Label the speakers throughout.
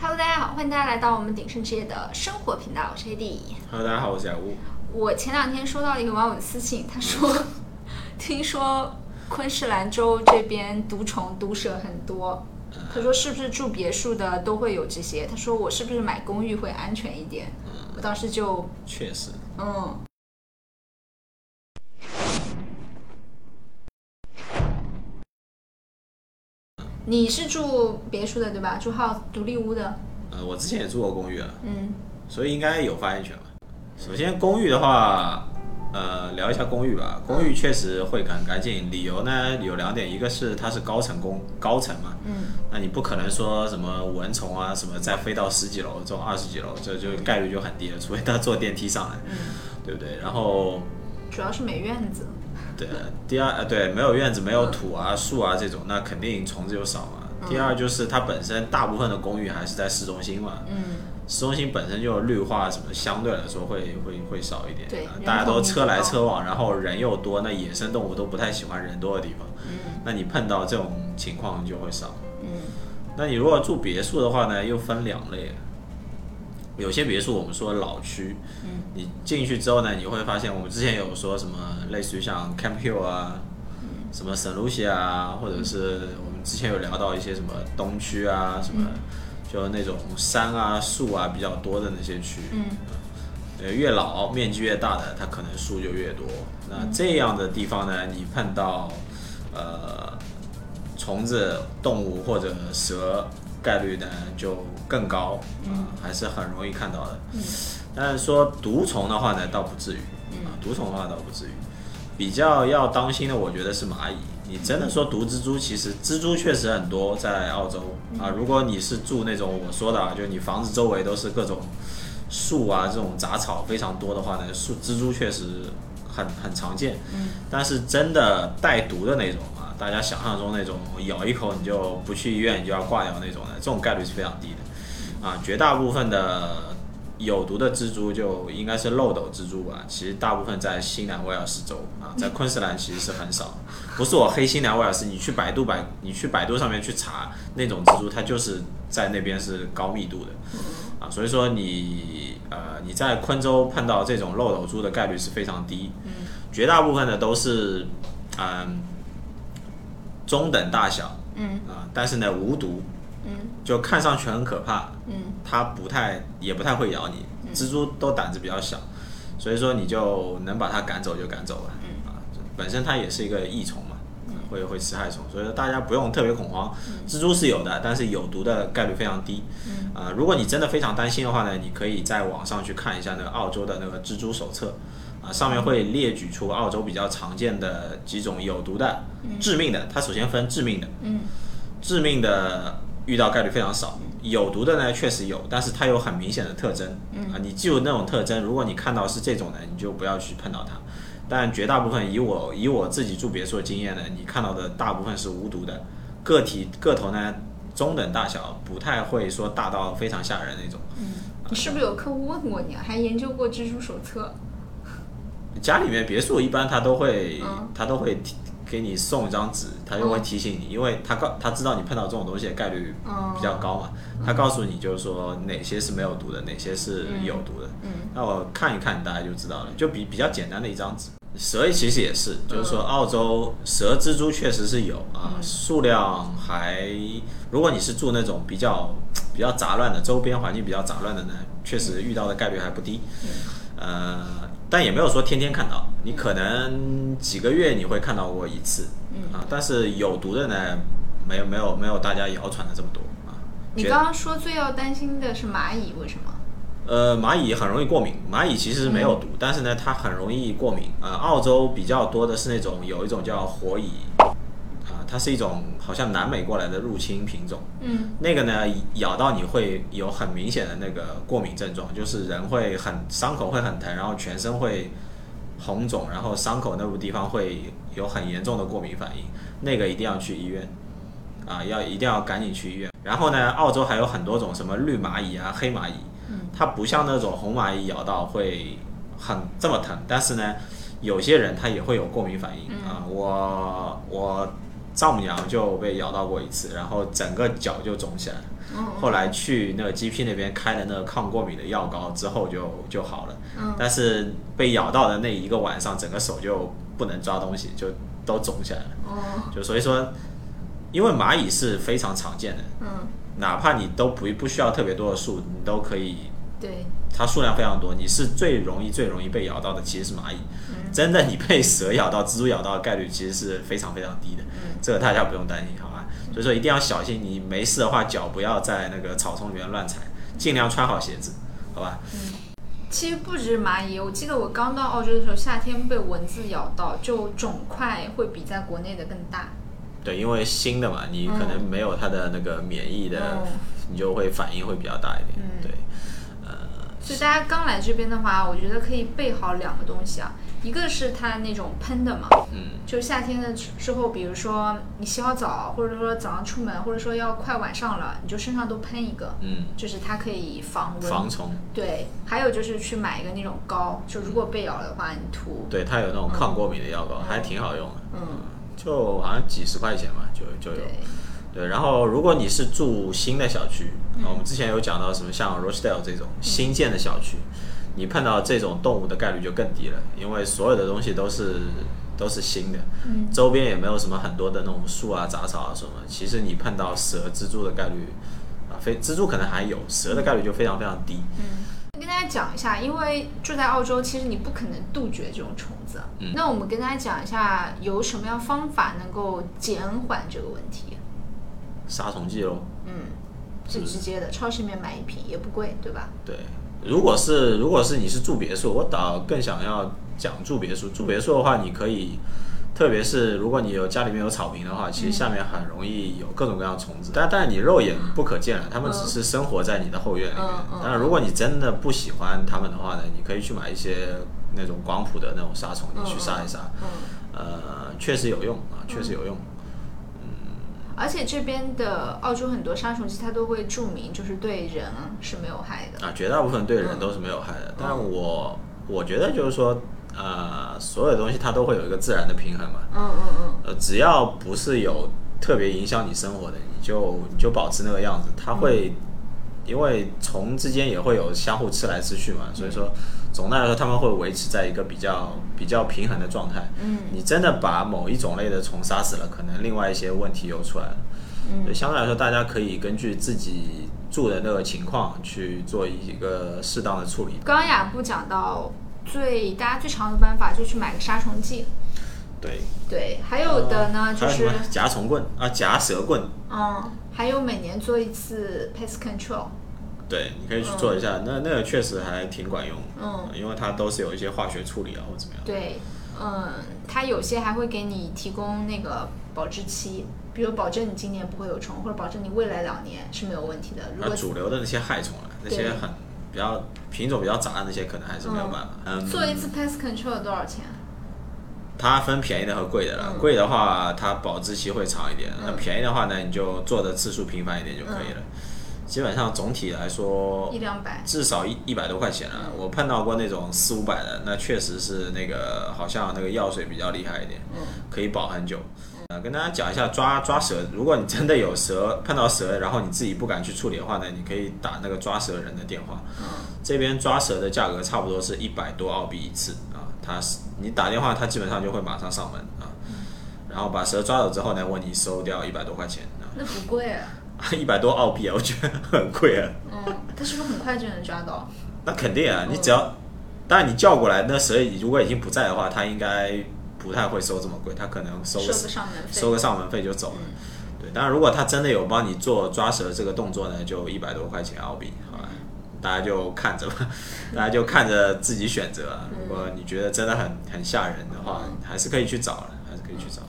Speaker 1: Hello，大家好，欢迎大家来到我们鼎盛之夜的生活频道，我是 AD。
Speaker 2: Hello，大家好，我是小吴。
Speaker 1: 我前两天收到一个网友的私信，他说， 听说昆士兰州这边毒虫毒蛇很多，他说是不是住别墅的都会有这些？他说我是不是买公寓会安全一点？我当时就
Speaker 2: 确实，
Speaker 1: 嗯。你是住别墅的对吧？住 house 独立屋的，
Speaker 2: 呃，我之前也住过公寓啊，
Speaker 1: 嗯，
Speaker 2: 所以应该有发言权吧。首先，公寓的话，呃，聊一下公寓吧。公寓确实会很干净，理由呢有两点，一个是它是高层公高层嘛，
Speaker 1: 嗯，
Speaker 2: 那你不可能说什么蚊虫啊什么再飞到十几楼这种二十几楼，这就概率就很低了，除非它坐电梯上来，对不对？然后
Speaker 1: 主要是没院子，
Speaker 2: 对，第二呃对，没有院子，没有土啊、树啊这种，那肯定虫子就少嘛。
Speaker 1: 嗯
Speaker 2: 第二就是它本身大部分的公寓还是在市中心嘛，
Speaker 1: 嗯，
Speaker 2: 市中心本身就绿化什么，相对来说会会会少一点。
Speaker 1: 对
Speaker 2: 啊
Speaker 1: 人
Speaker 2: 大家
Speaker 1: 口
Speaker 2: 都
Speaker 1: 密度
Speaker 2: 车来
Speaker 1: 高
Speaker 2: 车往，然后人又多，那野生动物都不太喜欢人多的地方。嗯，那你碰到这种情况就会少。
Speaker 1: 嗯，
Speaker 2: 那你如果住别墅的话呢，又分两类。有些别墅我们说老区，嗯，你进去之后呢，你会发现我们之前有说什么，类似于像 Camp Hill 啊，什么 San Lucia 啊，或者是我们之前有聊到一些什么东区啊，什么就那种山啊、树啊比较多的那些区域。
Speaker 1: 嗯
Speaker 2: 呃，越老面积越大的，它可能树就越多。那这样的地方呢，你碰到呃虫子、动物或者蛇，概率呢就更高，啊、还是很容易看到的。但是说毒虫的话呢，倒不至于，啊，毒虫的话倒不至于。比较要当心的，我觉得是蚂蚁。你真的说毒蜘蛛，其实蜘蛛确实很多在澳洲啊。如果你是住那种我说的，啊，就你房子周围都是各种树啊这种杂草非常多的话呢，树蜘蛛确实很很常见。嗯，但是真的带毒的那种啊，大家想象中那种呃咬一口你就不去医院你就要挂掉那种的，这种概率是非常低的。啊，绝大部分的有毒的蜘蛛就应该是漏斗蜘蛛吧，其实大部分在新南威尔士州啊，在昆士兰其实是很少。不是我黑新南威尔士，你去百度百，你去百度上面去查那种蜘蛛，它就是在那边是高密度的啊，所以说你呃你在昆州碰到这种漏斗蛛的概率是非常低，绝大部分的都是嗯、中等大小，
Speaker 1: 嗯
Speaker 2: 啊，但是呢无毒，
Speaker 1: 嗯
Speaker 2: 就看上去很可怕，
Speaker 1: 嗯
Speaker 2: 它不太也不太会咬你，蜘蛛都胆子比较小，所以说你就能把它赶走就赶走吧。啊，本身它也是一个益虫嘛，会会吃害虫，所以说大家不用特别恐慌。蜘蛛是有的，但是有毒的概率非常低。啊、如果你真的非常担心的话呢，你可以在网上去看一下那个澳洲的那个蜘蛛手册。啊，上面会列举出澳洲比较常见的几种有毒的、致命的。它首先分致命的，
Speaker 1: 嗯
Speaker 2: 致命的遇到概率非常少，有毒的呢确实有，但是它有很明显的特征、啊。你记住那种特征，如果你看到是这种的，你就不要去碰到它。但绝大部分以我以我自己住别墅的经验呢，你看到的大部分是无毒的，个体个头呢中等大小，不太会说大到非常吓人那种。
Speaker 1: 你是不是有客户问过你啊，还研究过蜘蛛手册？
Speaker 2: 家里面别墅一般他都会、
Speaker 1: 嗯
Speaker 2: 他都会提给你送一张纸，他就会提醒你，因为他告他知道你碰到这种东西的概率
Speaker 1: 嗯
Speaker 2: 比较高嘛，他告诉你就是说哪些是没有毒的，哪些是有毒的。
Speaker 1: 嗯
Speaker 2: 那我看一看，大家就知道了，就比比较简单的一张纸。蛇其实也是，就
Speaker 1: 嗯
Speaker 2: 是说澳洲蛇、蜘蛛确实是有啊，数量还，如果你是住那种比较比较杂乱的，周边环境比较杂乱的呢，确实遇到的概率还不低。
Speaker 1: 嗯
Speaker 2: 呃，但也没有说天天看到，你可能几个月你会看到过一次，
Speaker 1: 嗯
Speaker 2: 啊，但是有毒的呢，没有没有没有大家谣传的这么多啊。
Speaker 1: 你
Speaker 2: 觉
Speaker 1: 刚刚说最要担心的是蚂蚁，为什么？
Speaker 2: 呃，蚂蚁很容易过敏，蚂蚁其实没有毒，但是呢，它很容易过敏。呃，澳洲比较多的是那种有一种叫火蚁，啊、它是一种好像南美过来的入侵品种。
Speaker 1: 嗯
Speaker 2: 那个呢，咬到你会有很明显的那个过敏症状，就是人会很伤口会很疼，然后全身会红肿，然后伤口那部地方会有很严重的过敏反应，那个一定要去医院啊，要一定要赶紧去医院。然后呢，澳洲还有很多种什么绿蚂蚁啊、黑蚂蚁，它不像那种红蚂蚁咬到会很这么疼，但是呢，有些人他也会有过敏反应啊、我我丈母娘就被咬到过一次，然后整个脚就肿起来
Speaker 1: 嗯
Speaker 2: 了。后来去那个 GP 那边开了那个抗过敏的药膏之后就就好了，
Speaker 1: 嗯
Speaker 2: 但是被咬到的那一个晚上，整个手就不能抓东西，就都肿起来了。
Speaker 1: 哦，
Speaker 2: 就所以说，因为蚂蚁是非常常见的，
Speaker 1: 嗯，
Speaker 2: 哪怕你都不不需要特别多的数，你都可以，
Speaker 1: 对，
Speaker 2: 它数量非常多。你是最容易最容易被咬到的其实是蚂蚁，
Speaker 1: 嗯
Speaker 2: 真的你被蛇咬到、蜘蛛咬到的概率其实是非常非常低的，
Speaker 1: 嗯
Speaker 2: 这个大家不用担心，好吧？所以说一定要小心，你没事的话脚不要在那个草丛里面乱踩，尽量穿好鞋子，好吧？
Speaker 1: 其实不止蚂蚁，我记得我刚到澳洲的时候，夏天被蚊子咬到，就肿块会比在国内的更大。
Speaker 2: 对，因为新的嘛，你可能没有它的那个免疫的，
Speaker 1: 嗯
Speaker 2: 你就会反应会比较大一点，
Speaker 1: 嗯
Speaker 2: 对。呃
Speaker 1: 所以大家刚来这边的话，我觉得可以备好两个东西啊，一个是它那种喷的嘛，
Speaker 2: 嗯，
Speaker 1: 就夏天的之之后，比如说你洗好澡，或者说早上出门，或者说要快晚上了，你就身上都喷一个，
Speaker 2: 嗯，
Speaker 1: 就是它可以防蚊。
Speaker 2: 防虫，
Speaker 1: 对，还有就是去买一个那种膏，就如果被咬的话，你涂。
Speaker 2: 对，它有那种抗过敏的药膏，还挺好用的，
Speaker 1: 嗯，
Speaker 2: 就好像几十块钱嘛，就就有。
Speaker 1: 对，
Speaker 2: 对，哦然后如果你是住新的小区，啊我们之前有讲到什么像 Rochdale 这种新建的小区，你碰到这种动物的概率就更低了，因为所有的东西都是都是新的，
Speaker 1: 嗯
Speaker 2: 周边也没有什么很多的那种树啊、杂草啊什么。其实你碰到蛇、蜘蛛的概率啊，非蜘蛛可能还有，蛇的概率就非常非常低。
Speaker 1: 嗯跟大家讲一下，因为住在澳洲，其实你不可能杜绝这种虫子。
Speaker 2: 嗯
Speaker 1: 那我们跟大家讲一下，有什么样方法能够减缓这个问题？
Speaker 2: 杀虫剂咯。
Speaker 1: 嗯，最直接的，超市里面买一瓶也不贵，对吧？
Speaker 2: 对，如果是如果是你是住别墅，我倒更想要讲住别墅。住别墅的话，你可以，特别是如果你有家里面有草坪的话，其实下面很容易有各种各样的虫子，但但你肉眼不可见了，它们只是生活在你的后院里面
Speaker 1: 嗯嗯。
Speaker 2: 当然，如果你真的不喜欢它们的话呢，你可以去买一些那种广谱的那种杀虫，你去杀一杀，
Speaker 1: 嗯，
Speaker 2: 呃，确实有用啊，确实有用。
Speaker 1: 而且这边的澳洲很多杀虫剂，它都会注明，就是对人是没有害的。
Speaker 2: 啊，绝大部分对人都是没有害的。但我我觉得就是说，呃，所有东西它都会有一个自然的平衡嘛。
Speaker 1: 嗯嗯嗯，
Speaker 2: 呃，只要不是有特别影响你生活的，你就你就保持那个样子。它会、因为虫之间也会有相互吃来吃去嘛，所以说总的来说它们会维持在一个比较比较平衡的状态。
Speaker 1: 嗯，
Speaker 2: 你真的把某一种类的虫杀死了，可能另外一些问题又出来了。
Speaker 1: 嗯
Speaker 2: 所以相对来说，大家可以根据自己住的那个情况去做一个适当的处理。
Speaker 1: 刚刚雅布讲到最大家最常用的办法，就去买个杀虫剂。
Speaker 2: 对，
Speaker 1: 对，还有的呢，就
Speaker 2: 还有什
Speaker 1: 是
Speaker 2: 么夹虫棍啊，夹蛇棍，
Speaker 1: 嗯，还有每年做一次 pest control。
Speaker 2: 对，你可以去做一下，那那个确实还挺管用，
Speaker 1: 嗯，
Speaker 2: 因为它都是有一些化学处理啊或者怎么样，
Speaker 1: 对，嗯，它有些还会给你提供那个保质期，比如保证你今年不会有虫，或者保证你未来两年是没有问题的。如
Speaker 2: 那
Speaker 1: 果
Speaker 2: 主流的那些害虫啊，那些
Speaker 1: 对
Speaker 2: 很比较品种比较杂的那些可能还是没有办法，嗯，
Speaker 1: 做一次 pest control 多少钱？
Speaker 2: 它分便宜的和贵的
Speaker 1: 嗯
Speaker 2: 啦，贵的话它保质期会长一点，那便宜的话呢你就做的次数频繁一点就可以了，
Speaker 1: 嗯
Speaker 2: 基本上总体来说
Speaker 1: 一两百。
Speaker 2: 至少一一百多块钱啊！我碰到过那种四五百的，那确实是那个好像那个药水比较厉害一点，
Speaker 1: 嗯
Speaker 2: 可以保很久。呃，跟大家讲一下抓抓蛇，如果你真的有蛇碰到蛇，然后你自己不敢去处理的话呢，你可以打那个抓蛇人的电话。
Speaker 1: 嗯
Speaker 2: 这边抓蛇的价格差不多是一百多澳币一次啊，他是你打电话，他基本上就会马上上门啊，然后把蛇抓走之后呢，问你收掉一百多块钱啊，
Speaker 1: 那不贵啊，
Speaker 2: 一百多澳币啊，我觉得很贵啊。
Speaker 1: 嗯，它是不是很快就能抓到？
Speaker 2: 那肯定啊，你只要，当然你叫过来，那蛇如果已经不在的话，它应该不太会收这么贵，它可能收
Speaker 1: 收
Speaker 2: 个
Speaker 1: 个上门费
Speaker 2: 收。个上门费就走了。对，当然如果它真的有帮你做抓蛇这个动作呢，就一百多块钱澳币，好吧，大家就看着吧， 大家就看着自己选择啊。如果你觉得真的很很吓人的话，还是可以去找的，还是可以去找的。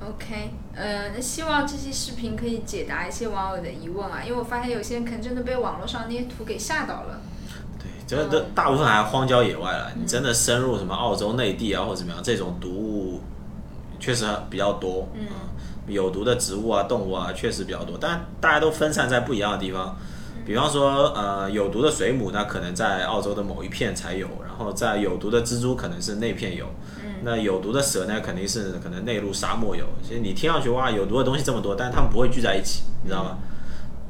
Speaker 1: OK，呃，那希望这期视频可以解答一些网友的疑问啊，因为我发现有些人可能真的被网络上那些图给吓到了。
Speaker 2: 对，这这大部分还荒郊野外了。你真的深入什么澳洲内地啊，或者怎么样，这种毒物确实比较多。嗯，有毒的植物啊、动物啊，确实比较多。但大家都分散在不一样的地方。比方说，呃，有毒的水母，那可能在澳洲的某一片才有；然后在有毒的蜘蛛，可能是那片有。那有毒的蛇呢，肯定是可能内陆沙漠有。其实你听上去哇，有毒的东西这么多，但是它们不会聚在一起，你知道吗？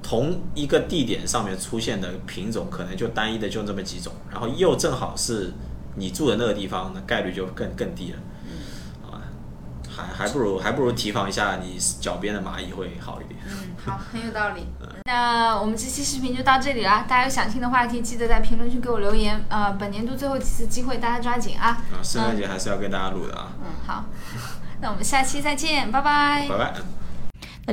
Speaker 2: 同一个地点上面出现的品种，可能就单一的就这么几种，然后又正好是你住的那个地方，那概率就更更低了。啊，还还不如还不如提防一下你脚边的蚂蚁会好一点。
Speaker 1: 嗯，好，很有道理。那我们这期视频就到这里啦，大家有想听的话题，记得在评论区给我留言。呃，本年度最后几次机会，大家抓紧啊。
Speaker 2: 啊，圣诞节还是要跟大家录的啊，
Speaker 1: 嗯，好，那我们下期再见，拜拜。
Speaker 2: 拜拜。
Speaker 3: 那